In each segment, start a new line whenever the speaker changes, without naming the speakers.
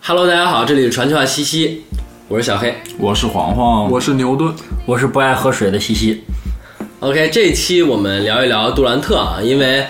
Hello，大家好，这里是传球啊西西，我是小黑。
我是黄黄，
我是牛顿，
我是不爱喝水的西西。
OK，这一期我们聊一聊杜兰特啊，因为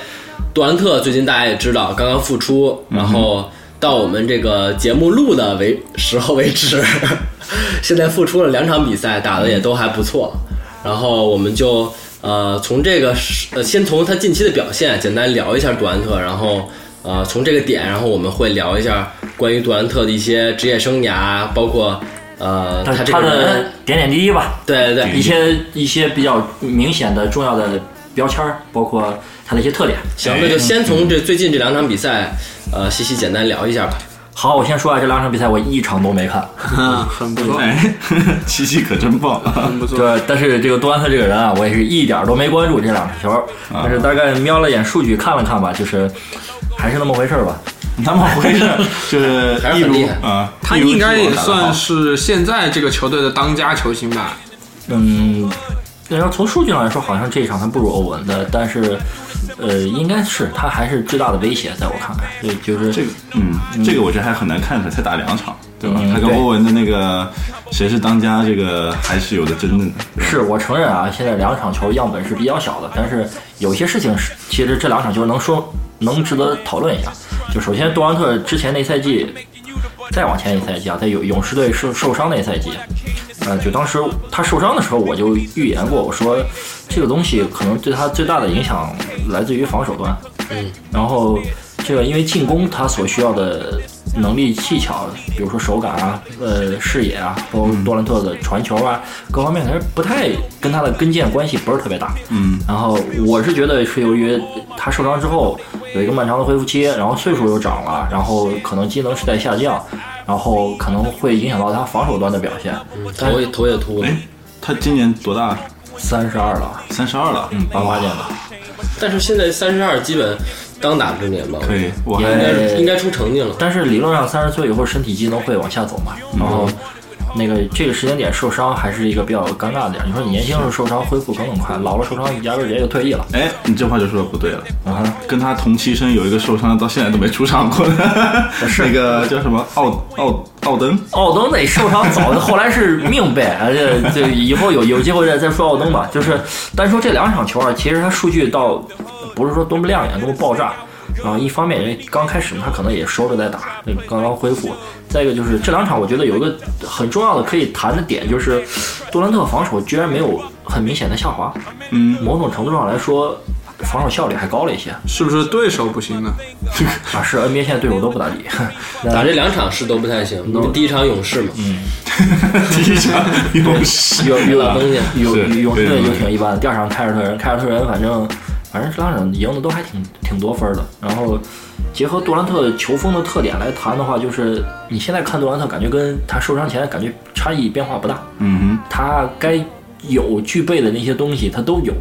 杜兰特最近大家也知道刚刚复出，然后到我们这个节目录的为时候为止， 现在复出了两场比赛，打的也都还不错，然后我们就呃从这个是呃先从他近期的表现简单聊一下杜兰特，然后。呃，从这个点，然后我们会聊一下关于杜兰特的一些职业生涯，包括呃
但
他
是
这个
他
人
的，点点滴滴吧，
对对对，
一些一些比较明显的重要的标签儿，包括他的一些特点。
行，那
哎
就先
嗯
从这最近这两场比赛，呃，细细简单聊一下吧。
好，我先说啊，这两场比赛我一场都没看。
很不错，
哎， 七七可真 棒，
很不错。
对，但是这个杜兰特这个人啊，我也是一点儿都没关注这两场球，
啊
但是大概瞄了眼数据看了看吧，就是还是那么回事儿吧。
那么回 事儿？就是
还
一
是很厉
如
害
啊，
他
一如
应该
既往
也
打得
算
好
是现在这个球队的当家球星吧。
嗯，然后从数据上来说，好像这一场他不如欧文的，但是呃，应该是他还是最大的威胁，在我看来，对，就是
这个，嗯，这个我觉得还很难看出来，才打两场，对吧？
嗯
他跟
对
欧文的那个谁是当家，这个还是有的争论的。对吧
是我承认啊，现在两场球样本是比较小的，但是有些事情是其实这两场球能说能值得讨论一下。就首先杜兰特之前那赛季，再往前一赛季啊，在勇勇士队受受伤那赛季，呃，就当时他受伤的时候，我就预言过，我说这个东西可能对他最大的影响来自于防守端。
嗯，
然后这个因为进攻他所需要的能力、技巧，比如说手感啊、呃视野啊，包括杜兰特的传球啊，各方面可能不太跟他的跟腱关系不是特别大。
嗯，
然后我是觉得是由于他受伤之后有一个漫长的恢复期，然后岁数又长了，然后可能机能是在下降，然后可能会影响到他防守端的表现。
头也头也秃了
嗯哎，，他今年多大？
三十二了，
三十二了，嗯，
八八年的。
但是现在三十二基本当打之年吧，
可以，嗯我
应
还
该
哎
应该出成绩了。
但是理论上三十岁以后身体机能会往下走嘛，然后那个这个时间点受伤还是一个比较尴尬的点。你说你年轻时候受伤恢复可能很快，老了受伤压根儿直接就退役了。
哎，你这话就说的不对了。
啊哈，
跟他同期生有一个受伤的，到现在都没出场过的， 那个叫什么奥奥奥登，
奥登那受伤早，后来是命背，而且就以后有有机会再再说奥登吧。就是单说这两场球啊，其实他数据倒不是说多么亮眼，多么爆炸。然后一方面，因为刚开始他可能也收着在打，那个刚刚恢复。再一个就是这两场，我觉得有一个很重要的可以谈的点，就是杜兰特防守居然没有很明显的下滑，
嗯，
某种程度上来说，防守效率还高了一些。
是不是对手不行呢？
啊，是 NBA 现在对手都不咋地。
打这两场是都不太行，
嗯
都
第一场勇士嘛，
第一场勇士
有有
老东家
有
啊是
勇士
对
队就
对
挺一般的。第二场凯尔特人，凯尔特人反正反正这两场赢的都还挺挺多分儿的。然后结合杜兰特球风的特点来谈的话，就是你现在看杜兰特，感觉跟他受伤前感觉差异变化不大。
嗯
他该有具备的那些东西他都有。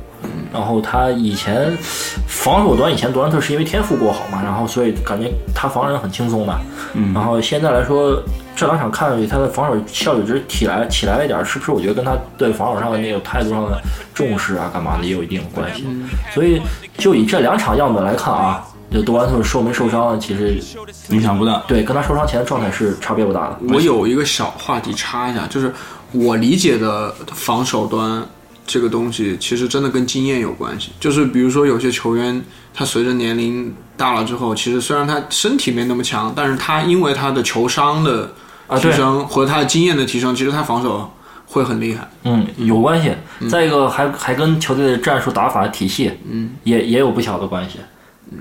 然后他以前防守端以前杜兰特是因为天赋过好嘛，然后所以感觉他防人很轻松的。
嗯
然后现在来说，这两场看上去他的防守效率值起来起来了一点儿，是不是？我觉得跟他对防守上的那个态度上的重视啊，干嘛的也有一定的关系。所以就以这两场样本来看啊，就杜兰特受没受伤，其实
哼，影响不大，
对跟他受伤前的状态是差别不大的。
我有一个小话题插一下，就是我理解的防守端这个东西，其实真的跟经验有关系。就是比如说有些球员，他随着年龄大了之后，其实虽然他身体没那么强，但是他因为他的球商的
啊
提
对
升、和他的经验的提升，其实他防守会很厉害。
嗯，有关系。再一个还还跟球队的战术打法体系，嗯，也也有不小的关系。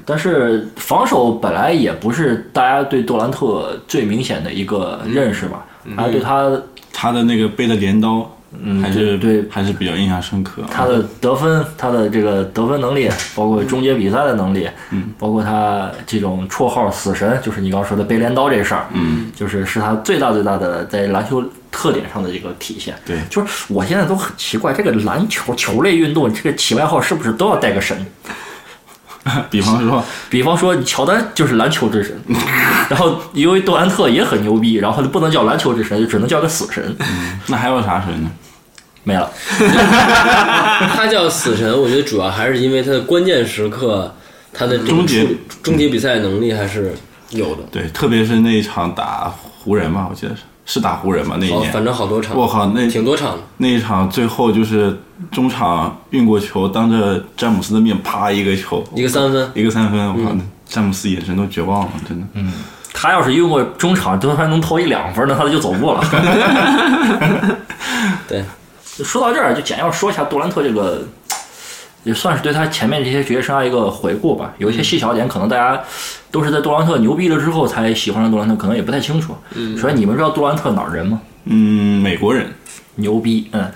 但是防守本来也不是大家对杜兰特最明显的一个认识吧，大家对他
他的那个背的镰刀，
嗯
还是
对对
还是比较印象深刻。
他的得分，他的这个得分能力，包括终结比赛的能力，嗯，包括他这种绰号“死神”，就是你刚刚说的背镰刀这事儿，嗯，就是是他最大最大的在篮球特点上的这个体现。
对
就是我现在都很奇怪，这个篮球球类运动这个起外号是不是都要带个神？
比方说，
比方说乔丹就是篮球之神， 然后因为杜兰特也很牛逼，然后就不能叫篮球之神，就只能叫个死神，
那还有啥神呢？
没了。
他叫死神，我觉得主要还是因为他的关键时刻，他的这个
终结
处理终结比赛能力还是有的。
对，特别是那一场打湖人吧，我记得是是打湖人吧那一
好，
年。
哦反正好多场，
我靠，那
挺多场的。
那一场最后就是中场运过球，当着詹姆斯的面啪一个球，
一个三分，
一个三分，我靠，詹姆斯眼神都绝望了，真的。嗯，
他要是用过中场，就算能投一两分，那他就 走步了。
对，
说到这儿，就简要说一下杜兰特这个，也算是对他前面这些职业生涯一个回顾吧。有一些
嗯
细小点，可能大家都是在杜兰特牛逼了之后才喜欢上杜兰特，可能也不太清楚。
嗯
首先，你们知道杜兰特哪儿人吗？
美国人，
牛逼，嗯，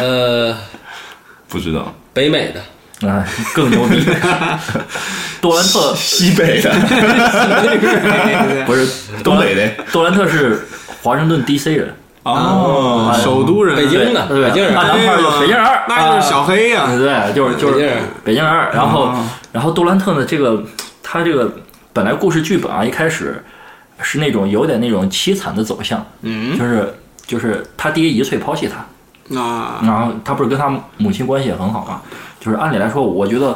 呃，
不知道
北美的，
啊，更牛 逼。杜兰特
西北的、
对
不是
东北 的
杜兰特是华盛顿 DC 人，
哦，
首都人，
北京的，
对
北京人，
啊
哎呀
南派就北京人啊儿
那就是小黑啊呀，
对，就是就
啊北京
是
人哦
北京人儿。然后，然后杜兰特呢，这个他这个本来故事剧本啊，一开始是那种有点那种凄惨的走向，
嗯，
就是就是他爹一岁抛弃他，
啊
那
然后他不是跟他母亲关系也很好嘛，就是按理来说，我觉得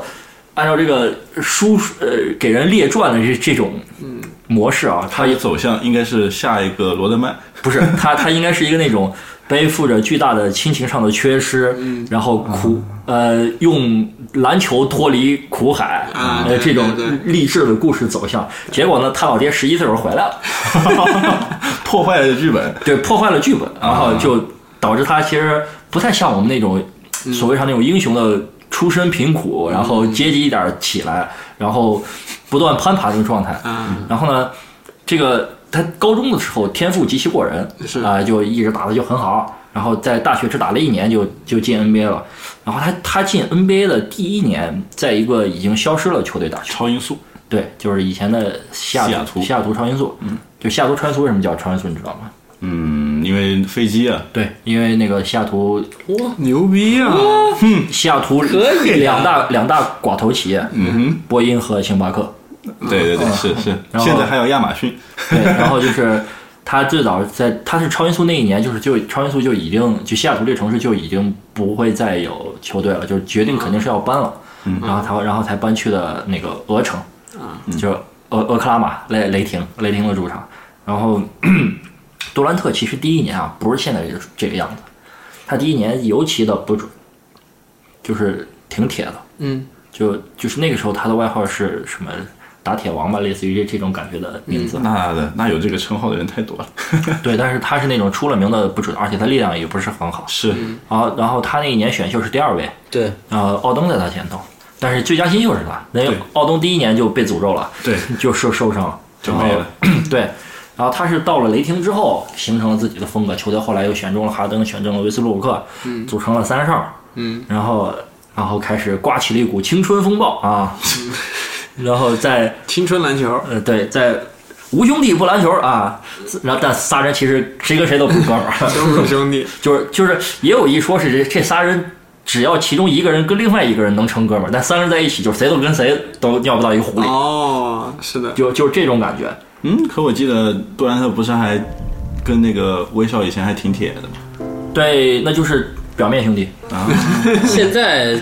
按照这个书呃给人列传的这这种
嗯
模式啊，他
他的走向应该是下一个罗德曼，
不是他，他应该是一个那种背负着巨大的亲情上的缺失，
嗯
然后苦、呃用篮球脱离苦海，
啊
呃
对
这种
对
励志的故事走向。结果呢，他老爹十一岁时候回来了，
破坏了剧本。
对，破坏了剧本，然后就导致他其实不太像我们那种
嗯
所谓上那种英雄的出身贫苦，然后阶级一点儿起来，然后不断攀爬这个状态。
啊，
然后呢，这个他高中的时候天赋极其过人，
是
啊、就一直打的就很好。然后在大学只打了一年就就进 NBA 了。然后他他进 NBA 的第一年，在一个已经消失了球队打球，
超音速，
对，就是以前的西雅
西雅图
西雅图超音速，嗯，就西雅图超音速为什么叫超音速，你知道吗？
嗯，因为飞机啊，
对，因为那个西雅图
哇，
牛逼啊！
西雅图
可以啊
两大两大寡头企业，
嗯
波音和星巴克，
哼，对对对，是是，
哦然后
现在还有亚马逊，
对，然后就是他最早在他是超音速那一年，就是就超音速就已经就西雅图这个城市就已经不会再有球队了，就是决定肯定是要搬了，然后他然后才搬去的那个鹅城，就是俄俄克拉玛雷雷霆雷霆的主场，然后 杜兰特其实第一年啊不是现在这个这个样子，他第一年尤其的不准，就是挺铁的，
嗯，
就就是那个时候他的外号是什么打铁王吧，类似于这这种感觉的名字，
那的那有这个称号的人太多了，
对，但是他是那种出了名的不准，而且他力量也不是很好。
是
然后，然后他那一年选秀是第二位，
对，
呃，奥登在他前头，但是最佳新秀是他。那
对
奥登第一年就被诅咒了，
对，
就受受伤了，呃
就没了。
对，然后他是到了雷霆之后，形成了自己的风格。球队后来又选中了哈登，选中了维斯布鲁克，组成了三哨，
嗯，
然后然后开始刮起了一股青春风暴啊，
嗯
然后在
青春篮球，
呃，对，在无兄弟不篮球啊，然后但仨人其实谁跟谁都不是哥 们儿，
都是 兄弟，
就是就是也有一说是这这仨人。只要其中一个人跟另外一个人能成哥们儿，但三个人在一起就是谁都跟谁都尿不到一个壶里，
哦，是的，
就就是这种感觉。
嗯，可我记得杜兰特不是还跟那个威少以前还挺铁的吗？
对，那就是表面兄弟。
现在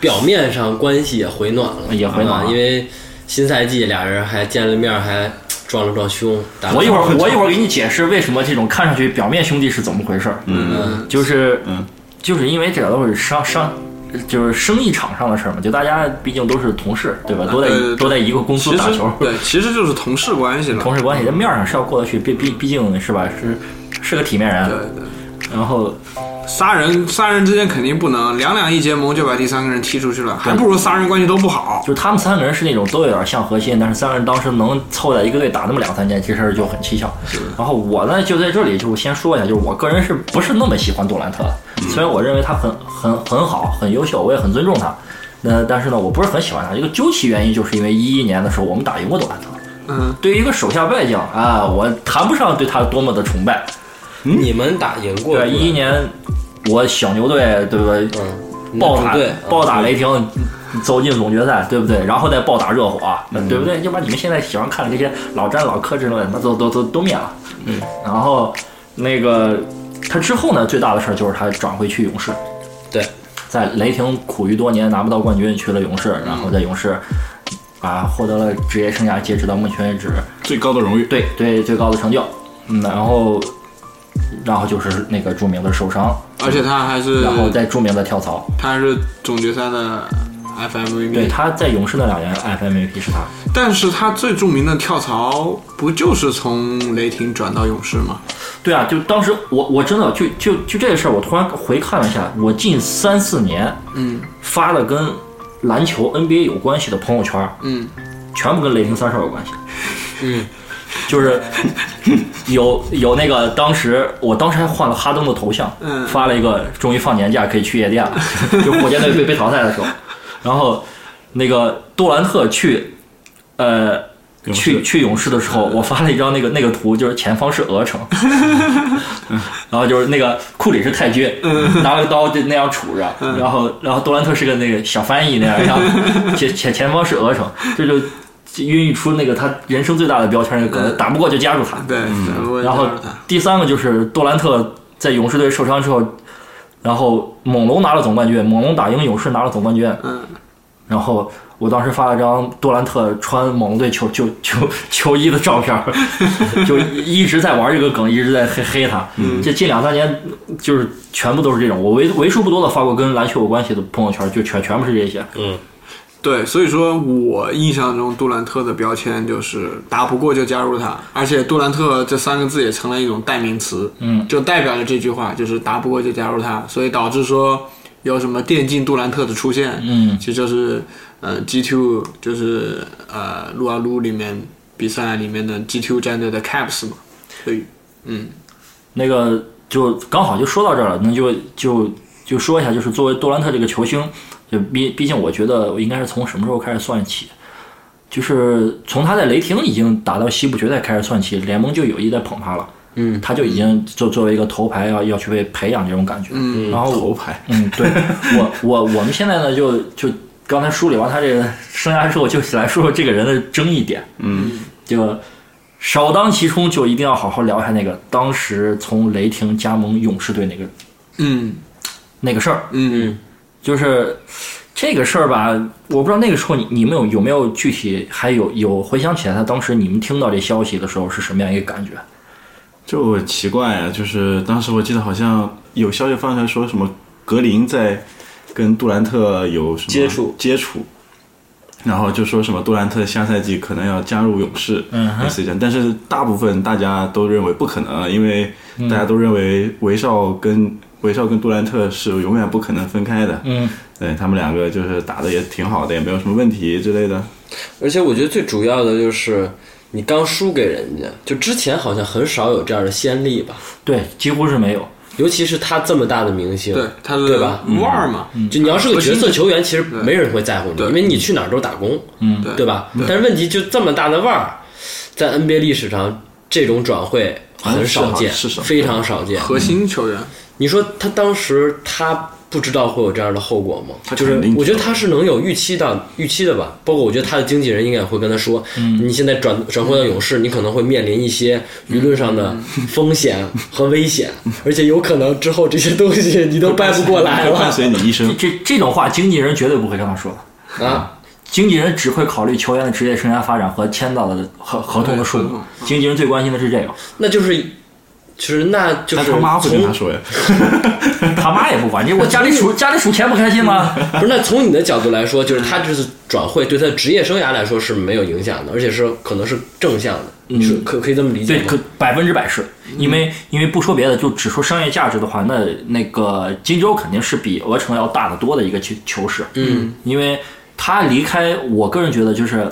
表面上关系也回暖了，
也回暖了
啊因为新赛季俩人还见了面，还撞了撞胸，打
啊
了
我一会儿我一会儿给你解释为什么这种看上去表面兄弟是怎么回事儿。
嗯，
就是
嗯
就是因为这都是商商。就是生意场上的事儿嘛，就大家毕竟都是同事，对吧？都在
啊对对对
都在一个公司
其
打
实
球，
对，其实就是同事关系了。
同事关系在面儿上是要过得去，毕毕毕竟是吧，是是个体面
对
人。
对，
然后
仨人仨人之间肯定不能两两一结盟就把第三个人踢出去了，还不如仨人关系都不好。
就是他们三个人是那种都有点像核心，但是三个人当时能凑在一个队打那么两三年，这事儿就很蹊跷。然后我呢就在这里就先说一下，就是我个人是不是那么喜欢杜兰特的？虽然我认为他很很很好，很优秀，我也很尊重他，那但是呢，我不是很喜欢他。一个究其原因，就是因为一一年的时候我们打赢过杜兰特。
嗯，
对于一个手下败将啊，我谈不上对他多么的崇拜。
你们打赢过
对，一一年我小牛队对不对？
嗯，嗯
暴打
对
暴打雷霆，走进总决赛，对不对？然后再暴打热火，啊
嗯
对不对？要不然你们现在喜欢看的这些老詹、老科之类的，那都都都都灭了。嗯，然后那个他之后呢，最大的事儿就是他转回去勇士，
对，嗯
在雷霆苦于多年拿不到冠军，去了勇士，然后在勇士啊，获得了职业生涯截止到目前为止
最高的荣誉，
对对最高的成就。嗯，然后然后就是那个著名的受伤，
而且他还是
然后再著名的跳槽。
他还是总决赛的 FMVP，
对，他在勇士那两年 FMVP 是他。
但是他最著名的跳槽不就是从雷霆转到勇士吗？
对啊，就当时我我真的就就就这个事儿，我突然回看了一下，我近三四年，嗯，发的跟篮球 NBA 有关系的朋友圈，
嗯，
全部跟雷霆三少有关系，
嗯，
就是有有那个当时我当时还换了哈登的头像，
嗯
发了一个终于放年假可以去夜店了， 就火箭队被被淘汰的时候，然后那个杜兰特去，呃。
勇士
去去勇士的时候，我发了一张那个那个图，就是前方是鹅城，然后就是那个库里是太君，拿了个刀就那样杵着，然后然后杜兰特是个那个小翻译那样， 然后前前前方是鹅城，这就孕育出那个他人生最大的标签那个梗，打不过就加入他。
对，我
嗯
也
然后
加入他
第三个就是杜兰特在勇士队受伤之后，然后猛龙拿了总冠军，猛龙打赢勇士拿了总冠军，
嗯，
然后我当时发了张杜兰特穿猛龙队球球球球衣的照片儿， 就一直在玩这个梗，一直在黑黑他。
嗯
这近两三年就是全部都是这种，我为为数不多的发过跟篮球有关系的朋友圈，就全全部是这些。
嗯，
对，所以说我印象中杜兰特的标签就是打不过就加入他，而且杜兰特这三个字也成了一种代名词，
嗯，
就代表了这句话，就是打不过就加入他，所以导致说有什么电竞杜兰特的出现，
嗯
其实就是呃 G Two 就是呃撸啊撸里面比赛里面的 G Two 战队的 Caps 嘛，对，嗯，
那个就刚好就说到这儿了，那就就就说一下，就是作为杜兰特这个球星，就毕毕竟我觉得我应该是从什么时候开始算起，就是从他在雷霆已经打到西部决赛开始算起，联盟就有意在捧他了。
嗯，
他就已经就作为一个头牌要要去被培养这种感觉。嗯，然后头牌，嗯，对我我我们现在呢就就刚才梳理完他这个生涯之后，就来说说这个人的争议点。嗯，就首当其冲就一定要好好聊一下那个当时从雷霆加盟勇士队那个
嗯
那个事儿，
嗯
就是这个事儿吧，我不知道那个时候你你们有有没有具体还有有回想起来他当时你们听到这消息的时候是什么样一个感觉？
就很奇怪啊，就是当时我记得好像有消息放出来说什么格林在跟杜兰特有什么
接触
接触，然后就说什么杜兰特下赛季可能要加入勇士，
嗯哼
类似于这样，但是大部分大家都认为不可能，因为大家都认为韦少跟韦少跟杜兰特是永远不可能分开的，
嗯，
对他们两个就是打的也挺好的，也没有什么问题之类的，
而且我觉得最主要的就是你刚输给人家，就之前好像很少有这样的先例吧，
对，几乎是没有。
尤其是他这么大的明星，
对，他是
对吧？嗯
腕儿嘛，
就你要是个角色球员，其实
对
没人会在乎你，
对
因为你去哪儿都是打工，
嗯
对
对吧？但是问题就这么大的腕儿，在 NBA 历史上这种转会很少见，
啊是是少
非常少见。
核心球员，
你说他当时他不知道会有这样的后果吗？
他
就是
肯定知道
我觉得他是能有预期的，预期的吧。包括我觉得他的经纪人应该也会跟他说，你现在转转会到勇士，你可能会面临一些舆论上的风险和危险，而且有可能之后这些东西你都掰不过来
伴
了
随你 一生。
这这种话，经纪人绝对不会跟他说的。
啊。
经纪人只会考虑球员的职业生涯发展和签到的合合同的数
对合
目
同。
经纪人最关心的是这个，
那就是，就是那就是
他他妈会跟
从
他说呀，
他妈也不管，这我家里数家里数钱不开心吗？
不是，那从你的角度来说，就是他这次转会对他的职业生涯来说是没有影响的，而且是可能是正向的，你是可可以这么理解
对，
吗？嗯
可百分之百是，因为因为不说别的，就只说商业价值的话，那那个金州肯定是比鹅城要大得多的一个球球市。嗯，因为他离开，我个人觉得就是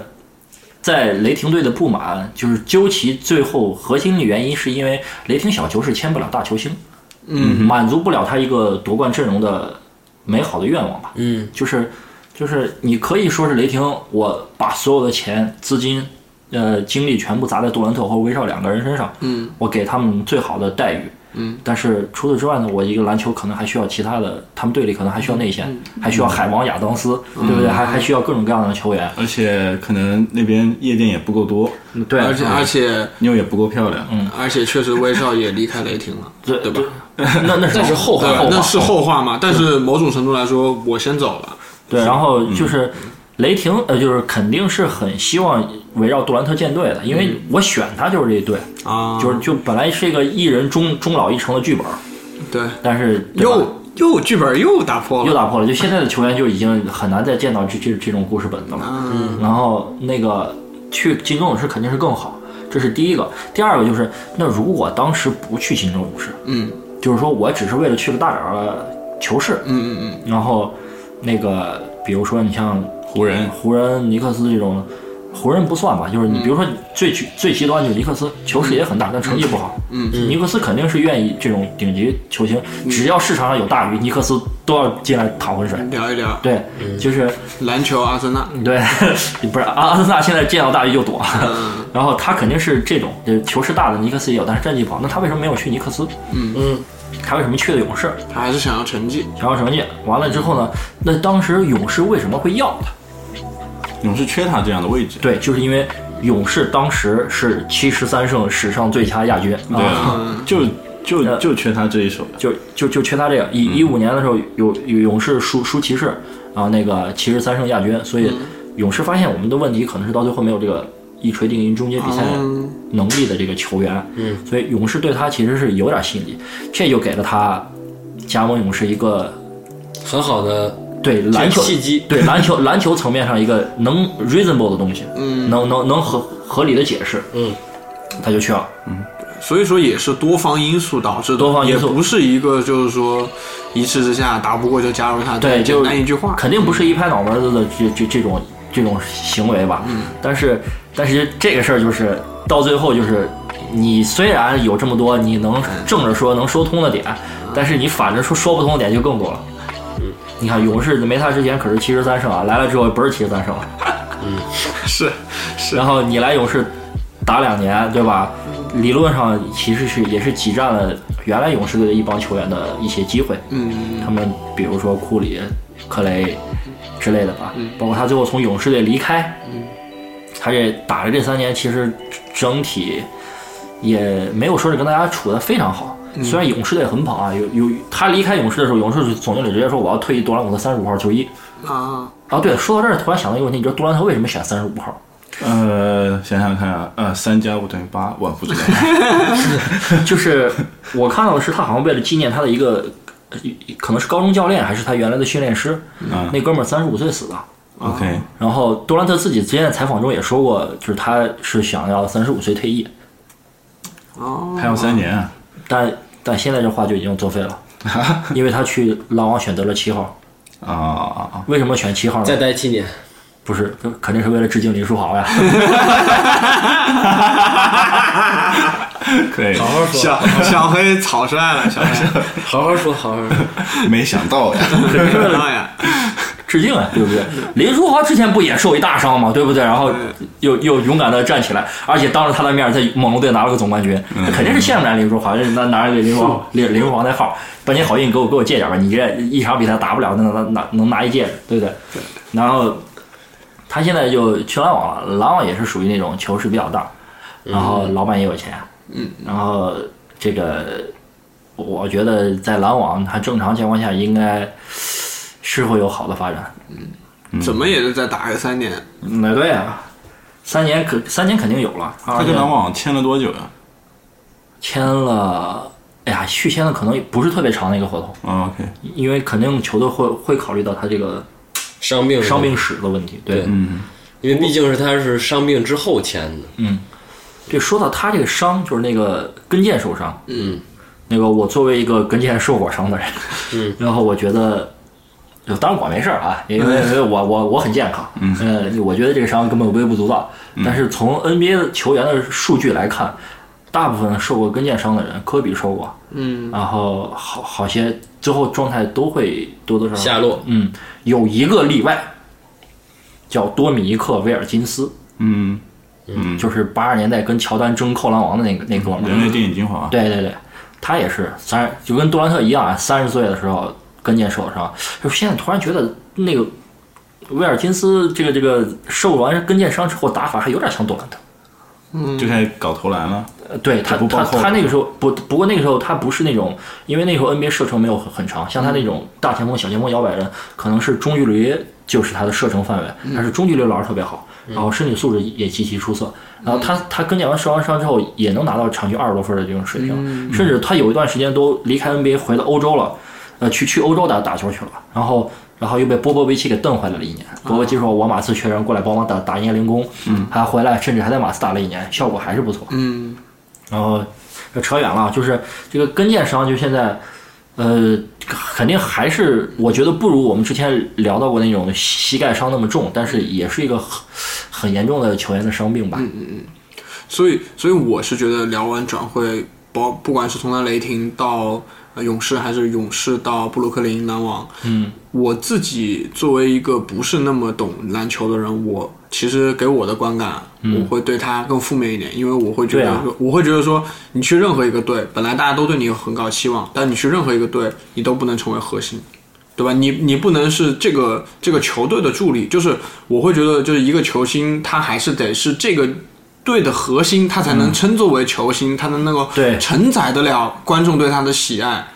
在雷霆队的不满，就是究其最后核心的原因，是因为雷霆小球市签不了大球星，嗯，满足不了他一个夺冠阵容的美好的愿望吧。
嗯，
就是就是你可以说是雷霆，我把所有的钱、资金、呃精力全部砸在杜兰特和威少两个人身上，
嗯，
我给他们最好的待遇，嗯，但是除此之外呢，我一个篮球可能还需要其他的，他们队里可能还需要内线，
嗯
还
嗯
需要海王亚当斯，对不对？还还需要各种各样的球员，
而且可能那边夜店也不够多，
嗯
对，
而且而且
妞也不够漂亮。嗯，
而且确实威少也离开雷霆了，
对
对吧？
那那
那是后话
话，
对，那是后话嘛。但是某种程度来说，我先走了。
嗯
对，然后就是雷霆呃，就是肯定是很希望围绕杜兰特建队的，因
嗯
为我选他就是这队，
啊，
就是就本来是一个一人终终老一城的剧本，
对，
但是对吧
又又剧本又打破
又
了，
打破了，就现在的球员就已经很难再见到这这这种故事本子了。
嗯，
然后那个去金州勇士肯定是更好，这是第一个。第二个就是，那如果当时不去金州勇士，
嗯，
就是说我只是为了去个大点儿的球市，
嗯嗯
然后那个比如说你像
湖人
湖人、尼克斯这种，湖人不算吧，就是你
嗯
比如说最极最极端就是尼克斯，球市也很大，但成绩不好。
嗯
尼克斯肯定是愿意这种顶级球星，只要市场上有大鱼，尼克斯都要进来淌浑水。
嗯，聊一聊
对，嗯就是
篮球，阿森纳，
对， 不是阿阿森纳现在见到大鱼就躲，
嗯
然后他肯定是这种，就是球是大的，尼克斯也有，但是战绩不好。那他为什么没有去尼克斯？
嗯，
他为什么去的勇士？
他还是想要成绩，
想要成绩，完了之后呢？那当时勇士为什么会要他？
勇士缺他这样的位置。
对，就是因为勇士当时是七十三胜史上最佳亚军
对
啊，
啊，就就
呃
就缺他这一手。
就就就缺他这个。一一五年的时候，有有勇士输输骑士，然后那个骑士三胜亚军，所以勇士发现我们的问题可能是到最后没有这个一锤定音终结比赛
嗯，
能力的这个球员，嗯，所以勇士对他其实是有点吸引力，这就给了他加盟勇士一个
很好的
对篮球
契机
对篮球篮球层面上一个能 reasonable 的东西，
嗯
能能能合合理的解释，
嗯，
他就去了，
所以说也是多方因素导致的，
多方因素
也不是一个就是说一气之下打不过就加入他，
对，就
简单一句话，嗯
肯定不是一拍脑门子的这这这种这种行为吧，嗯，但是但是这个事儿就是到最后就是。你虽然有这么多你
嗯
能正着说能说通的点，但是你反着说说不通的点就更多了。
嗯
你看勇士没他之前可是七十三胜啊，来了之后不是七十三胜了。
嗯是是
然后你来勇士打两年，对吧？
嗯
理论上其实是也是挤占了原来勇士队的一帮球员的一些机会，
嗯，
他们比如说库里、克雷之类的吧，包括他最后从勇士队离开，他这打的这三年其实整体也没有说是跟大家处的非常好。虽然勇士队很捧啊，有有他离开勇士的时候，勇士总经理直接说我要退役杜兰特三十五号球衣。
啊，
啊，对，说到这儿突然想到一个问题，你知道杜兰特为什么选三十五号？
呃，想想看啊，呃，三加五等于八，我不知道。啊
就是我看到的是，他好像为了纪念他的一个，呃可能是高中教练还是他原来的训练师，
嗯
那哥们儿三十五岁死的。
OK，
然后杜兰特自己之前的采访中也说过，就是他是想要三十五岁退役，
哦，
还有三年啊。
但但现在这话就已经作废了，因为他去篮网选择了七号。
啊啊啊！
为什么选七号
再
呢？
待七年，
不是，肯定是为了致敬林书豪呀。
可以，
好好说，
小小黑草率了，小黑，
好好说，好好说。
没想到 呀。
没想到哎呀，
致敬啊，对不对？林书豪之前不也受一大伤嘛，对不对？然后又又勇敢的站起来，而且当着他的面在猛龙队拿了个总冠军，他肯定是羡慕人家林书豪，人家拿着林书豪林林书豪那号，把你好运给我给我借点吧，你这一场比赛打不了，那拿拿能拿一届，对不对？然后他现在就去篮网了，篮网也是属于那种球市比较大，然后老板也有钱，嗯，然后这个我觉得在篮网，他正常情况下应该是会有好的发展。嗯
怎么也得再打个三年，
那对啊，三年可三年肯定有了。
他
他
跟篮网签了多久啊呀
签了，哎呀，续签的可能也不是特别长的一个合同，
啊？OK，
因为肯定球队会会考虑到他这个
伤病，
伤病，史的问题。对，
对因为毕竟是他是伤病之后签的，
这说到他这个伤，就是那个跟腱受伤。
嗯，
那个我作为一个跟腱受过伤的人，
嗯，
然后我觉得。就当然我没事儿啊，因为
嗯
因为我我我很健康，嗯，呃，我觉得这个伤根本微不足道。
嗯
但是从 NBA 的球员的数据来看，大部分受过跟腱伤的人，科比受过，
嗯，
然后好好些最后状态都会多多少少
下落。
嗯，有一个例外，叫多米尼克·威尔金斯，
嗯，
就是八十年代跟乔丹争扣篮王的那个那哥们
人
儿。
类电影精华。啊
对对对，他也是三，就跟杜兰特一样啊，三十岁的时候跟腱受伤，就现在突然觉得那个威尔金斯这个这个受完跟腱伤之后打法还有点像杜兰特。
就开始搞投篮了。
呃对他
不
他
暴扣
他那个时候不不过那个时候他不是那种，因为那时候 NBA 射程没有很很长，像他那种大前锋、小前锋、摇摆人，可能是中距离就是他的射程范围，但是中距离老是特别好，然后身体素质也极其出色。然后他他跟两个受完伤之后，也能拿到场均二十多分的这种水平，甚至他有一段时间都离开 NBA 回到欧洲了，呃，去去欧洲打打球去了，然后。然后又被波波维奇给蹬回来了一年。波波维奇说：“我马刺缺人，过来帮忙打打一年零工。”嗯，还回来，甚至还在马刺打了一年，效果还是不错。
嗯，
然后这扯远了，就是这个跟腱伤，就现在，呃，肯定还是我觉得不如我们之前聊到过那种膝盖伤那么重，但是也是一个很很严重的球员的伤病吧。
嗯所以所以我是觉得聊完转会，包不管是从他雷霆到、呃勇士，还是勇士到布鲁克林篮网，嗯，我自己作为一个不是那么懂篮球的人，我其实给我的观感，我会对他更负面一点，因为我会
嗯
觉
对
得
啊
说，我会觉得说，你去任何一个队，本来大家都对你有很高期望，但你去任何一个队，你都不能成为核心。对吧？你你不能是这个这个球队的助力，就是我会觉得，就是一个球星，他还是得是这个队的核心，他才能称作为球星，他能能够
对
承载得了观众对他的喜爱，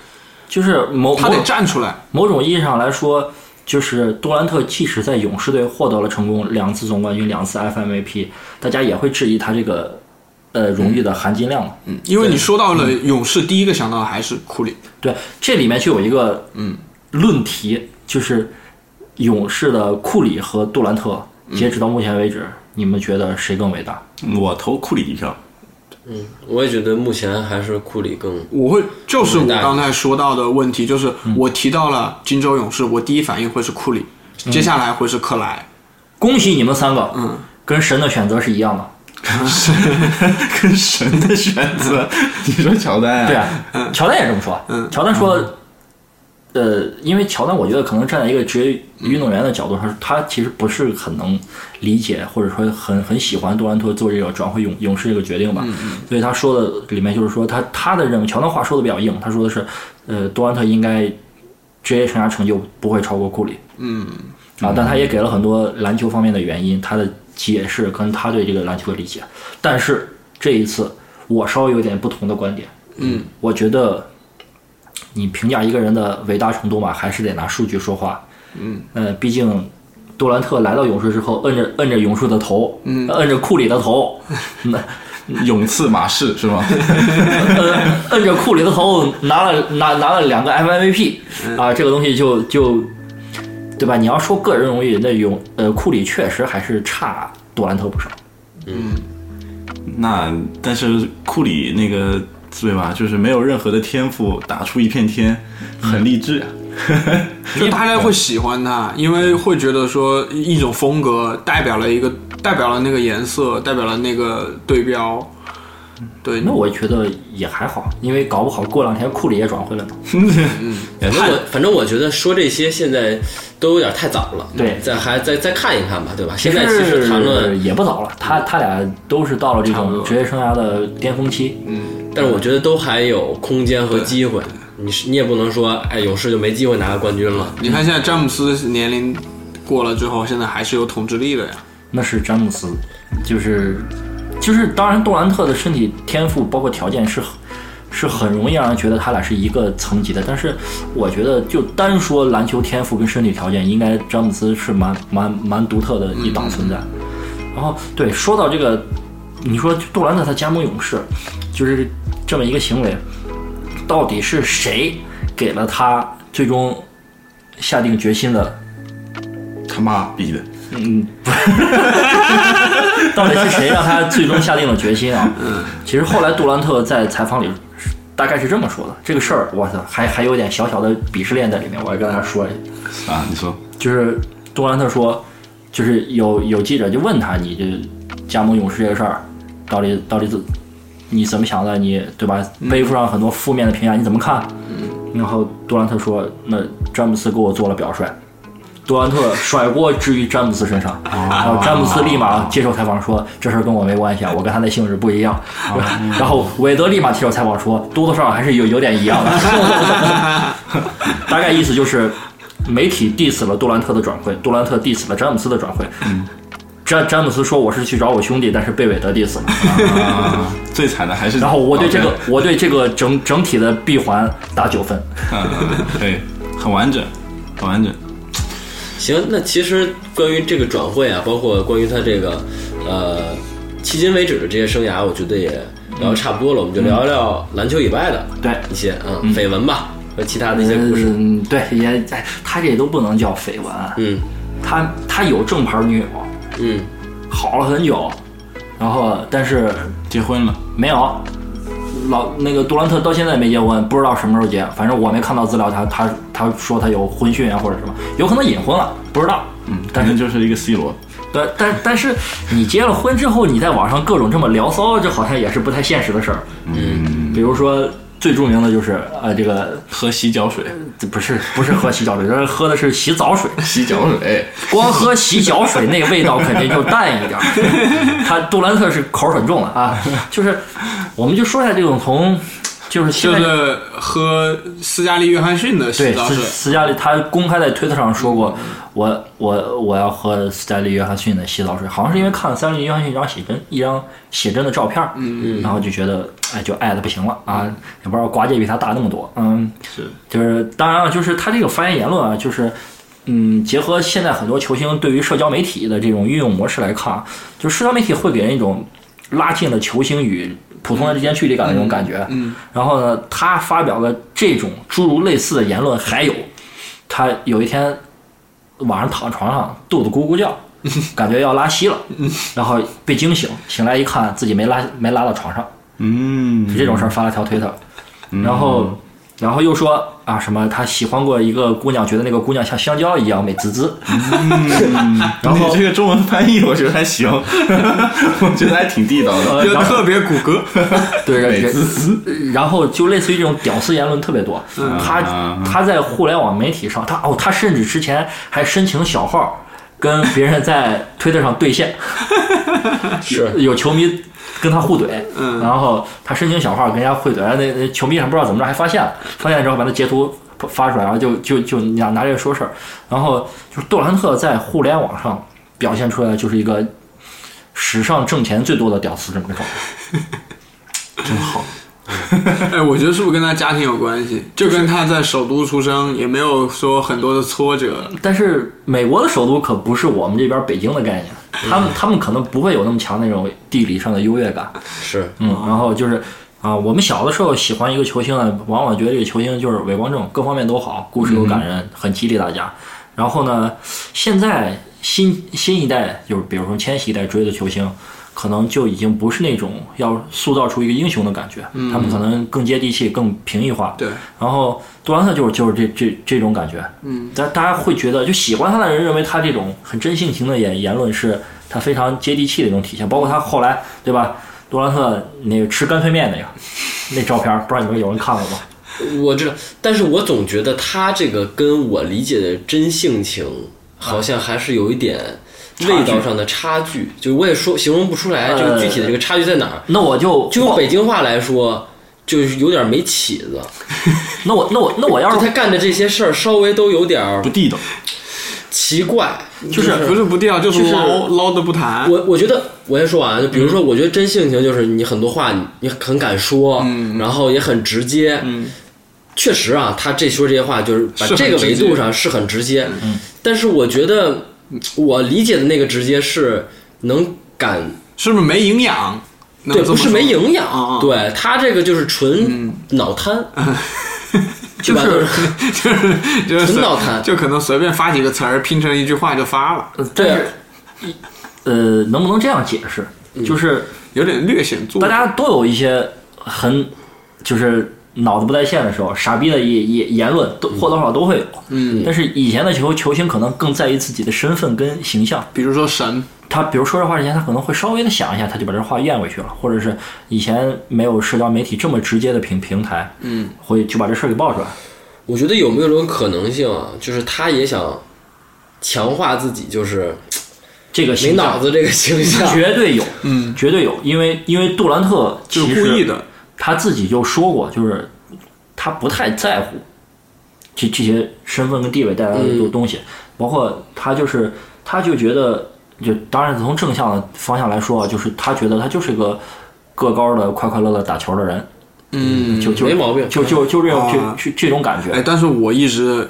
就是某
他
某
得站出来。
某种意义上来说，就是杜兰特即使在勇士队获得了成功，两次总冠军，两次 FMVP，大家也会质疑他这个呃荣誉的含金量嘛。
嗯，因为你说到了勇士，第一个想到的还是库里。
对，这里面就有一个嗯论题，就是勇士的库里和杜兰特，截止到目前为止，你们觉得谁更伟大？
我投库里一票。
我也觉得目前还是库里更
我会就是我
明白
刚才说到的问题，就是我提到了金州勇士，我第一反应会是库里，接下来会是克莱。
恭喜你们三个，
嗯，
跟神的选择是一样的。
跟神的选择， 你说乔丹啊？
对啊，乔丹也这么说。
嗯
乔丹说，呃，因为乔丹，我觉得可能站在一个职业运动员的角度上，他其实不是很能理解，或者说很很喜欢杜兰特做这个转会勇勇士这个决定吧。
嗯
所以他说的里面就是说，他他的认为，乔丹话说的比较硬，他说的是，呃，杜兰特应该职业生涯成就不会超过库里。
嗯，
啊，但他也给了很多篮球方面的原因，他的解释跟他对这个篮球的理解。但是这一次，我稍微有点不同的观点。
嗯，
我觉得你评价一个人的伟大程度嘛，还是得拿数据说话。嗯，呃，毕竟杜兰特来到勇士之后，摁着摁着勇士的头，嗯，摁着库里的头， 那
勇刺马氏是吗？
摁摁着库里的头拿了拿拿了两个 MVP 啊，这个东西就就对吧？你要说个人荣誉，那勇呃库里确实还是差杜兰特不少。
那但是库里那个对吧？就是没有任何的天赋，打出一片天，很励志啊。
就大家会喜欢他，因为会觉得说一种风格代表了一个，代表了那个颜色，代表了那个对标。对，
那我觉得也还好，因为搞不好过两天库里也转会了呢。
反正我反正我觉得说这些现在都有点太早了，
对
再还再再看一看吧，对吧？现在其实谈论，
也不早了，他他俩都是到了这
差不多
种职业生涯的巅峰期。
但是我觉得都还有空间和机会。你是你也不能说，哎，勇士就没机会拿个冠军了。
你看现在詹姆斯年龄过了之后，现在还是有统治力的呀。
那是詹姆斯，就是就是，当然杜兰特的身体天赋包括条件是很是很容易让人觉得他俩是一个层级的，但是我觉得就单说篮球天赋跟身体条件，应该詹姆斯是蛮蛮蛮独特的一档存在。然后对，说到这个，你说杜兰特他加盟勇士，就是这么一个行为，到底是谁给了他最终下定决心的
他妈逼的！
到底是谁让他最终下定了决心啊？嗯，其实后来杜兰特在采访里大概是这么说的：这个事儿，我操，还还有点小小的鄙视链在里面。我要跟大家说一下，
啊，你说
就是杜兰特说，就是有有记者就问他，你这加盟勇士这个事儿，到底到底怎你怎么想的？你对吧？背负上很多负面的评价，你怎么看？然后杜兰特说，那詹姆斯给我做了表率。杜兰特甩锅至于詹姆斯身上，然后詹姆斯立马接受采访说：“这事儿跟我没关系啊，我跟他的性质不一样。” 然后韦德立马接受采访说：“多多少少还是有有点一样的。”大概意思就是，媒体 diss 了杜兰特的转会，杜兰特 diss 了詹姆斯的转会。
嗯
詹詹姆斯说我是去找我兄弟，但是被韦德 diss 了。
啊最惨的还是
然后我对这个
老，
我对这个整整体的闭环打九分。
啊詹嗯，对，很完整，很完整。
行，那其实关于这个转会啊，包括关于他这个呃，迄今为止的这些生涯，我觉得也聊得差不多了，我们就聊一聊篮球以外的
对
一些嗯绯闻吧和其他的一些故事。
嗯，对，也哎他这都不能叫绯闻，啊
嗯
他他有正牌女友，
嗯，
好了很久，然后但是
嗯
结婚了，
没有。老那个杜兰特到现在也没结婚，不知道什么时候结。反正我没看到资料，他他他说他有婚讯啊或者什么，有可能隐婚了，不知道。
嗯，反正就是一个 C 罗，
但但但是你结了婚之后，你在网上各种这么聊骚，这好像也是不太现实的事儿。嗯，比如说最著名的就是呃，这个
喝洗脚水，
这不是不是喝洗脚水，这是喝的是洗澡水。
洗脚水，
光喝洗脚水那味道肯定就淡一点儿。他杜兰特是口儿很重了啊，就是我们就说一下这种从就是现
就
在
是喝斯嘉丽约翰逊的洗
对
澡
斯
水，
斯嘉丽，他公开在推特上说过，我我我要喝斯嘉丽约翰逊的洗澡水，好像是因为看了斯嘉丽约翰逊一张写真一张写真的照片，嗯，然后就觉得哎就爱的不行了啊，也不知道瓜姐比他大那么多，嗯，
是
就是当然了，就是他这个发言言论啊，就是嗯，结合现在很多球星对于社交媒体的这种运用模式来看啊，就社交媒体会给人一种拉近了球星与普通人之间距离感的那种感觉。嗯，然后呢，他发表了这种诸如类似的言论，还有他有一天晚上躺床上，肚子咕咕 叫。感觉要拉稀了，然后被惊醒，醒来一看自己没拉没拉到床上，
嗯，
这种事儿发了条推特，然后然后又说啊什么他喜欢过一个姑娘，觉得那个姑娘像香蕉一样美滋滋，
然嗯后这个中文翻译我觉得还行， 我觉得还挺地道的，
就特别骨骼。
对，
美
然
滋滋，
然后就类似于这种屌丝言论特别多，他他在互联网媒体上，他哦他甚至之前还申请小号跟别人在 推特上对线，
是
有球迷跟他互怼，然后他申请小号跟人家互怼，然后那那球迷还不知道怎么着还发现了，发现之后把那截图发出来，然后就就就拿拿这个说事儿，然后就是杜兰特在互联网上表现出来的就是一个史上挣钱最多的屌丝这么个状态，
哎，我觉得是不是跟他家庭有关系？就跟他在首都出生，也没有说很多的挫折。
但是美国的首都可不是我们这边北京的概念，他们他们可能不会有那么强那种地理上的优越感，
是，
嗯，然后就是啊、我们小的时候喜欢一个球星呢，往往觉得这个球星就是伪光正，各方面都好，故事又感人，很激励大家。然后呢，现在新新一代就是比如说千禧一代追的球星，可能就已经不是那种要塑造出一个英雄的感觉，他们可能更接地气，更平易化。
对，
然后杜兰特就是就是这这这种感觉，嗯，但大家会觉得就喜欢他的人认为他这种很真性情的言言论是他非常接地气的一种体现，包括他后来对吧？杜兰特那个吃干脆面那个那照片，不知道你们有人看过吗？
我知道，但是我总觉得他这个跟我理解的真性情
啊
好像还是有一点味道上的差距，就我也说形容不出
哎
来这个具体的这个差距在哪儿。
那我就
就用北京话来说，就是有点没起子。
那我那我那我要
就是他干的这些事儿稍微都有点儿
不地道，
奇怪。
就是
不是不地道，就是
就是
捞捞的不谈。
我我觉得我先说完啊，就比如说，
嗯
我觉得真性情就是你很多话你你很敢说，
嗯
然后也很直接。确实啊，他这说这些话就是把
是很
这个维
直接嗯
度上是很直接，但是我觉得我理解的那个直接是能敢
是不是没营养？能
对，
啊这
不
么
是没
说
营养，
啊啊嗯啊
对他这个就是纯脑瘫， 对
就
吧
是，
就是就
纯
是随
脑残
就可能随便发几个词儿拼成一句话就发了，
但
对啊
是呃，能不能这样解释？
嗯
就是
有点略显做
大家都有一些很就是脑子不在线的时候，傻逼的言言言论都或多或少都会有。嗯，但是以前的球球星可能更在意自己的身份跟形象。
比如说神，
他比如说这话之前，他可能会稍微的想一下，他就把这话咽回去了，或者是以前没有社交媒体这么直接的平平台，嗯，会就把这事儿给爆出来。
我觉得有没有这种可能性啊？就是他也想强化自己，就是
这个
没
形象
脑子这个形 象。
绝对有，嗯，绝对有，因为因为杜兰特
就
其
是
实
故意的，
他自己就说过，就是他不太在乎这这些身份跟地位带来
嗯
的东西，包括他就是他就觉得，就当然从正向的方向来说啊，就是他觉得他就是一个个高的、快快乐乐打球的人，
嗯，
就就
没毛病哎
就就就这种
啊
就就这种感觉
哎，。但是我一直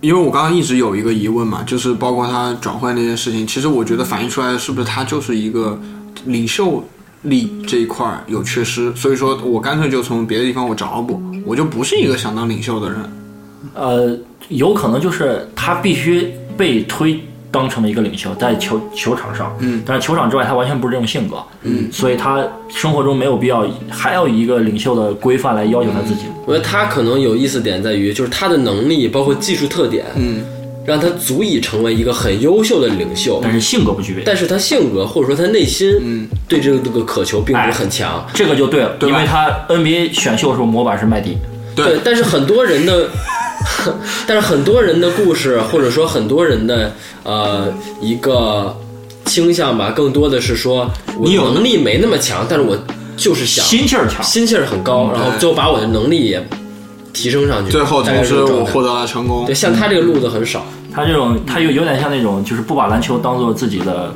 因为我刚刚一直有一个疑问嘛，就是包括他转会那件事情，其实我觉得反映出来的是不是他就是一个领袖力这一块儿有缺失，所以说我干脆就从别的地方我找补，我就不是一个想当领袖的人。
呃，有可能就是他必须被推当成了一个领袖，在球球场上，嗯，但是球场之外他完全不是这种性格，嗯，所以他生活中没有必要还要以一个领袖的规范来要求他自
嗯
己。
我觉得他可能有意思点在于，就是他的能力包括技术特点，嗯，让他足以成为一个很优秀的领袖，
但是性格不具备，
但是他性格或者说他内心，嗯，对这个这个渴求并不是很强。
哎
这个就对了，
对
因
吧
为他 NBA 选秀的时候模板是麦迪，
对，但是很多人的，但是很多人的故事，或者说很多人的呃一个倾向吧，更多的是说我
你有
能力没那么强，但是我就是想
心气儿强，
心气儿很高，然后就把我的能力也提升上去。
嗯最后
大概
同
是这
时
个状
我
态
获得了成功
对，像他这个路子很少。
嗯
他这种他有有点像那种就是不把篮球当做自己的。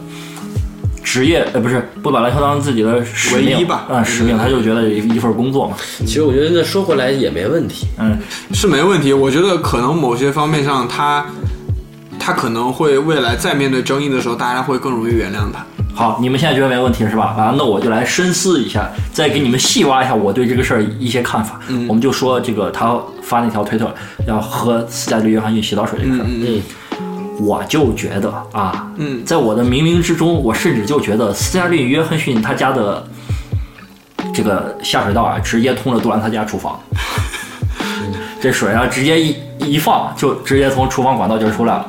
职业呃不是不把篮球当成自己的使命
唯一吧
嗯，使命他就觉得一一份工作嘛，
其实我觉得那说回来也没问题，
嗯，
是没问题，我觉得可能某些方面上他。他可能会未来再面对争议的时候，大家会更容易原谅他。
好，你们现在觉得没问题是吧？啊，那我就来深思一下，再给你们细挖一下我对这个事儿一些看法。
嗯
我们就说这个他发那条推特要喝斯嘉丽·约翰逊洗澡水这个事儿，哎
嗯
我就觉得啊，
嗯
在我的冥冥之中，我甚至就觉得斯嘉丽·约翰逊他家的这个下水道啊，直接通了杜兰特家厨 房。这水啊，直接一一放就直接从厨房管道就出来了。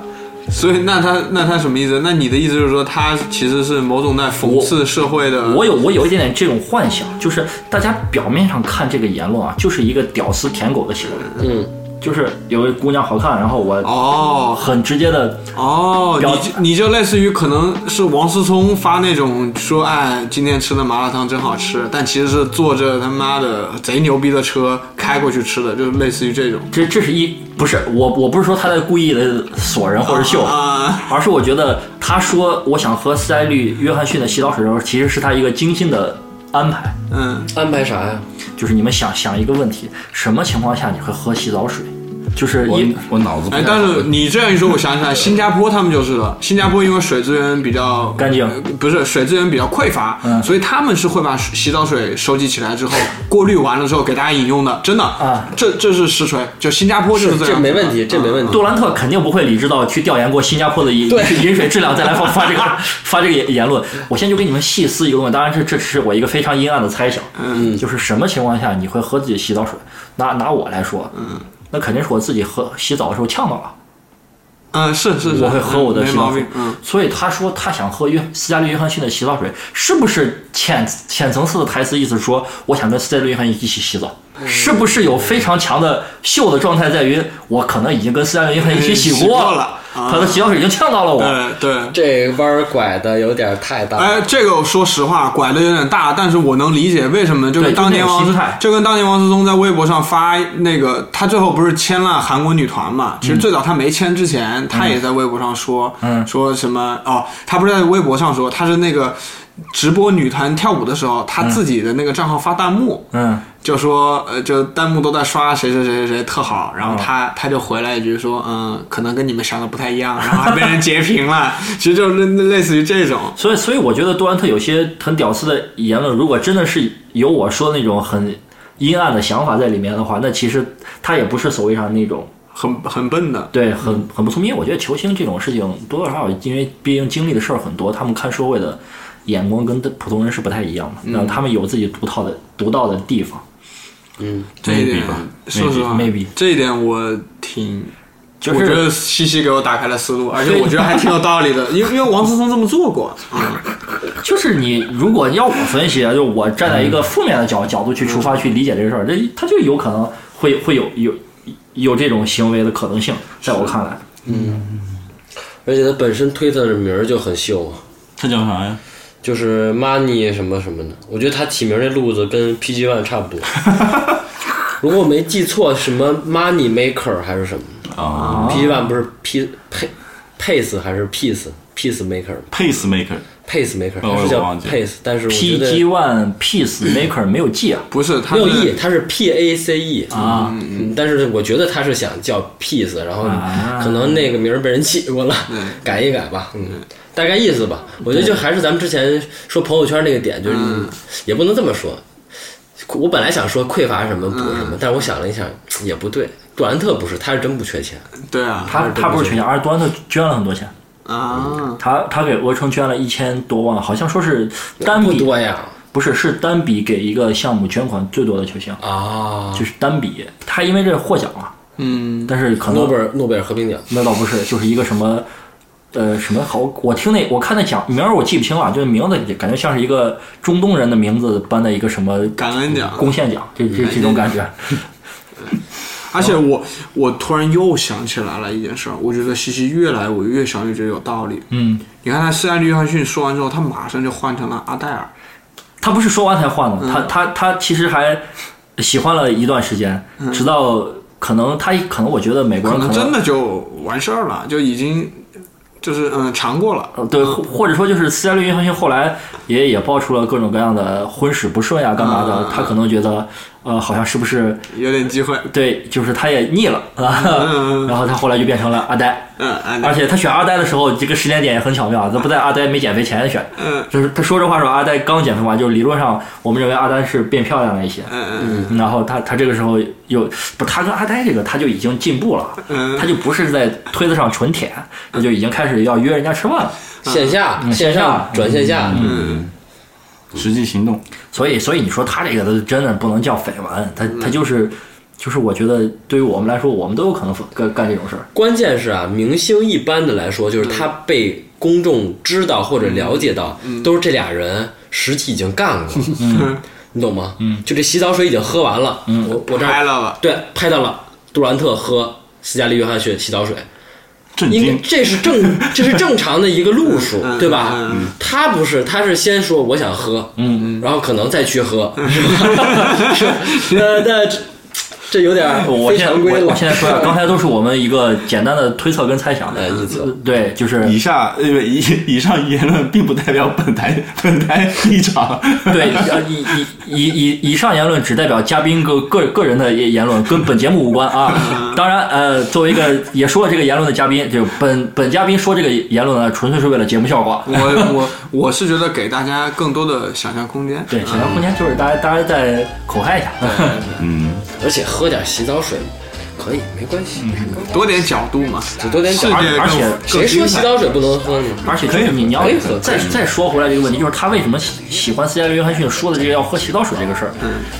所以，那他那他什么意思？那你的意思就是说，他其实是某种在讽刺社会的？
我有我有一点点这种幻想，就是大家表面上看这个言论啊，就是一个屌丝舔狗的行为，
嗯，
就是有个姑娘好看，然后我
哦
很直接的，
哦，
表
你就你就类似于可能是王思聪发那种说，哎，今天吃的麻辣烫真好吃，但其实是坐着他妈的贼牛逼的车开过去吃的，就是类似于这种。
这这是一不是我我不是说他在故意的锁人或者秀，
啊，
而是我觉得他说我想喝斯嘉丽约翰逊的洗澡水的时候，其实是他一个精心的安排，
嗯，
安排啥呀？
就是你们想想一个问题，什么情况下你会喝洗澡水？就是
我
一
我脑子不
哎
太，
但
好
啊
是你这样一说，我想 起来，新加坡他们就是了。新加坡因为水资源比较
干净
呃不是水资源比较匮乏，
嗯
所以他们是会把洗洗澡水收集起来之后，过滤完了之后给大家饮用的。真的，
啊
这这是实锤，就新加坡就是这
这
样。
没问题，这
嗯
没问题。
杜兰特肯定不会理智到去调研过新加坡的饮
对
饮水质量，再来发发这个发这个言言论。我现在就给你们细思一个问，当然这这只是我一个非常阴暗的猜想，嗯，就是什么情况下你会喝自己洗澡水？拿拿我来说，嗯，那肯定是我自己喝洗澡的时候呛到了，
嗯，是是是，
我会喝我的
没
洗
毛
澡水
病。嗯，
所以他说他想喝约斯嘉丽约翰逊的洗澡水，是不是浅浅层次的台词意思说我想跟斯嘉丽约翰逊一起洗澡？是不是有非常强的秀的状态，在于我可能已经跟斯嘉丽约翰逊一起
洗
过
过了啊
他的洗澡水已经呛到了我。
对对。
这弯儿拐的有点太大。
哎，这个我说实话，拐的有点大，但是我能理解为什么，就
对
跟当年
就那种
王
心态，
就跟当年王思聪在微博上发那个，他最后不是签了韩国女团嘛？其实最早他没签之前，他也在微博上说，
嗯
说什么哦，他不是在微博上说，他是那个直播女团跳舞的时候，他自己的那个账号发弹幕，
嗯，
就说呃，就弹幕都在刷谁谁谁谁谁特好，然后他、
嗯
他就回来一句说，嗯，可能跟你们想的不太一样，然后还被人截屏了， 其实就是类类似于这种。
所以所以我觉得杜兰特有些很屌丝的言论，如果真的是有我说的那种很阴暗的想法在里面的话，那其实他也不是所谓上那种
很很笨的，
对，很很不聪明。因为我觉得球星这种事情多多少少，因为毕竟经历的事儿很多，他们看社会的眼光跟普通人是不太一样的，
嗯
那、他们有自己独套的独到的地方。
这一点
吧
说实话
maybe
这一点我挺，
就是
我觉得西西给我打开了思路，而且我觉得还挺有道 理的，因为因为王思聪这么做过，
就是你如果要我分析，啊，就我站在一个负面的
嗯
角角度去出发去理解这个事儿，这他就有可能会会有有有这种行为的可能性，在我看来。
而且他本身推特的名儿就很秀啊，
他叫啥呀？
就是 money 什么什么的。我觉得他起名这路子跟 PG One 差 不多。如果我没记错，什么 money maker 还是什么
啊
？PG One 不是 P 配 pace 还是 peace peace maker？
，pacemaker，
pacemaker，
哦
它是
我
叫
忘记了
pace，但是我觉
PG
得
One Peace Maker 没有 G 啊，
不是他
没有
是
e，它是 p a c e
啊，
嗯，但是我觉得他是想叫 peace，然后
啊
可能那个名儿被人起过了，
对
改一改吧，嗯，大概意思吧。我觉得就还是咱们之前说朋友圈那个点，就是
嗯
也不能这么说。我本来想说匮乏什么补什么，但是我想了一下也不对，杜兰特不是，他是真不缺钱，
对啊，
他他不是全家，而端特捐了很多钱，
啊，
他他给俄城捐了一千多万，好像说是单
不
笔
多呀
不是是单笔给一个项目捐款最多的球星，
啊
就，是单笔，他因为这获奖了，
嗯，
但是可能
诺贝尔诺贝尔和平奖，
那倒不是，就是一个什么，呃，什么好？我听那我看那讲名儿我记不清了，就是名字感觉像是一个中东人的名字颁的一个什么
感啊恩奖。
贡献奖，这这这种感
啊
觉。
而且我我突然又想起来了一件事儿，我觉得西西越来我越想越觉得有道理。
嗯，
你看他西安约翰逊说完之后，他马上就换成了阿黛尔。
他不是说完才换的，
嗯
他他他其实还喜欢了一段时间，直到可能他可能我觉得美国
嗯可
人可
能
能
真的就完事儿了，就已经就是嗯尝过了。
呃对，或或者说就是斯嘉丽约翰逊后来也也爆出了各种各样的婚史不顺呀、干嘛的，
啊
他可能觉得呃好像是不是
有点机会。
对，就是他也腻了啊，然后他后来就变成了阿呆。
嗯，安
而且他选阿呆的时候，这个时间点也很巧妙，啊他不在阿呆没减肥前选，
嗯
就是他说这话的时候，阿呆刚减肥完，就是理论上我们认为阿呆是变漂亮了一些，
嗯嗯
然后他他这个时候又不，他跟阿呆这个他就已经进步了，
嗯
他就不是在推子上纯舔，他就已经开始要约人家吃饭了，
线下
嗯
线上转线下，
嗯，
实际行动，
所以所以你说他这个都真的不能叫绯闻，他他
嗯
就是就是我觉得对于我们来说，我们都有可能干干这种事儿，
关键是啊，明星一般的来说，就是他被公众知道或者了解到，
嗯
都是这俩人实际已经干过，你懂吗？嗯，就这洗澡水已经喝完了，
嗯
我我这
拍
儿
了吧？
对拍到了杜兰特喝斯嘉丽约翰逊洗澡水，
震
应该
惊，
这是 正这是正常的一个路数，
嗯
对吧？
嗯嗯
他不是，他是先说我想喝，嗯嗯，然后可能再去 喝，是吧？ 是吧，那那这这有点儿
我
非
现在
常规
我
了
我。现在说呀，刚才都是我们一个简单的推测跟猜想
呃，意思
对，就是
以下呃以以上言论并不代表本台 本台立场，
对呃以以以以以上言论只代表嘉宾个个个人的言论，跟本节目无关啊。 当然，呃，作为一个也说了这个言论的嘉宾，就本本嘉宾说这个言论呢，纯粹是为了节目效果。
我我我是觉得给大家更多的想象空间。嗯
对，想象空间就是大家大家再口嗨一下。
嗯，
而且喝点洗澡水可以，没关系，
多点角度嘛，
只多点
世
酒。
界
而且
更
谁
嗯更精
说洗
彩。
澡水不能喝呢？
而且就是你你要
可以喝
再
可以
再说回来这个问题，就是他为什么喜喜欢斯嘉丽约翰逊说的这个要喝洗澡水这个事儿，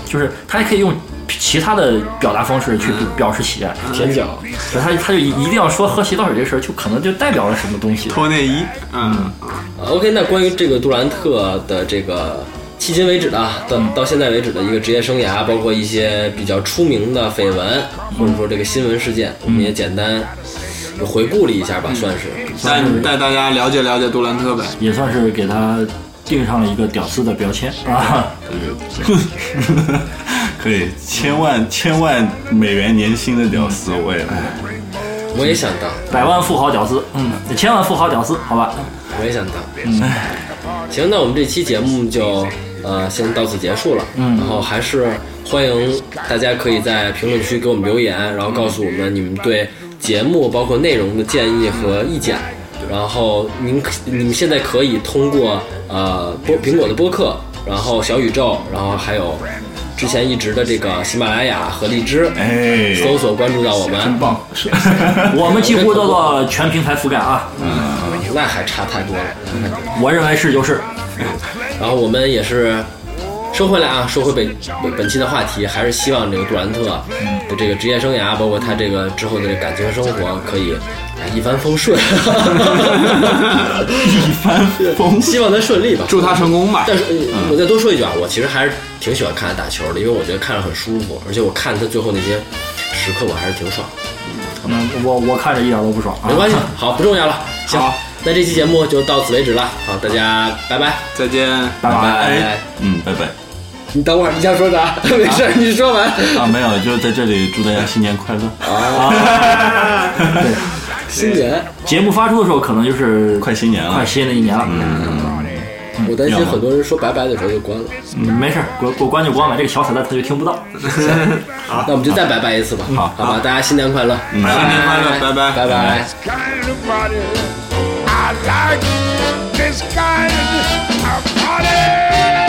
就是他也可以用其他的表达方式去表示喜爱，
舔脚，
所以他他就一定要说喝洗澡水这个事儿，就可能就代表了什么东西。
脱内衣，嗯，
啊 OK，那关于这个杜兰特的这个迄今为止的啊到到现在为止的一个职业生涯，包括一些比较出名的绯闻，或者说这个新闻事件，我们也简单回顾了一下
嗯
吧，算是。
带带大家了解了解杜兰特呗。
也算是给他定上了一个屌丝的标签啊。
可以，千万千万美元年薪的屌丝，我也来，
我也想当，
百万富豪屌丝，嗯，千万富豪屌丝，好吧，
我也想当。行，那我们这期节目就呃先到此结束了。嗯，然后还是欢迎大家可以在评论区给我们留言，然后告诉我们你们对节目包括内容的建议和意见。然后您可你们现在可以通过呃播苹果的播客，然后小宇宙，然后还有之前一直的这个喜马拉雅和荔枝，
哎，
搜索关注到我们。
棒，
嗯
我们几乎叫做全平台覆盖啊，
那还差太多了。
我认为是就是，
然后我们也是说回来啊，说回本本本期的话题，还是希望这个杜兰特的这个职业生涯，包括他这个之后的这个感情生活，可以啊一帆风 顺，
一帆风顺，
希望他顺利吧。
祝他成功吧。
但是呃我再多说一句啊，我其实还是挺喜欢看他打球的，因为我觉得看着很舒服，而且我看他最后那些时刻，我还是挺爽。
嗯，我我看着一点都不爽啊
没。关系，好，不重要了。行
好，
那这期节目就到此为止了。好，大家拜拜。
再见。
拜拜。
拜。
嗯，拜拜。
哎你等会儿，你想说啥？ 没事儿，你说完。
啊，没有，就在这里祝大家新年快乐，
新年。
啊节目发出的时候，可能就是
快新年了
快。新的一年了。
Party.
我担
要
心
吗
很多人说拜拜的时候就关了。
嗯没事儿，给我给我关就关吧，这个小彩蛋他就听不到。
那我们就再拜拜一次吧。好，好吧，大家新年快乐，新
新
嗯年快乐拜拜
拜拜。
kind of body. I like this kind of body.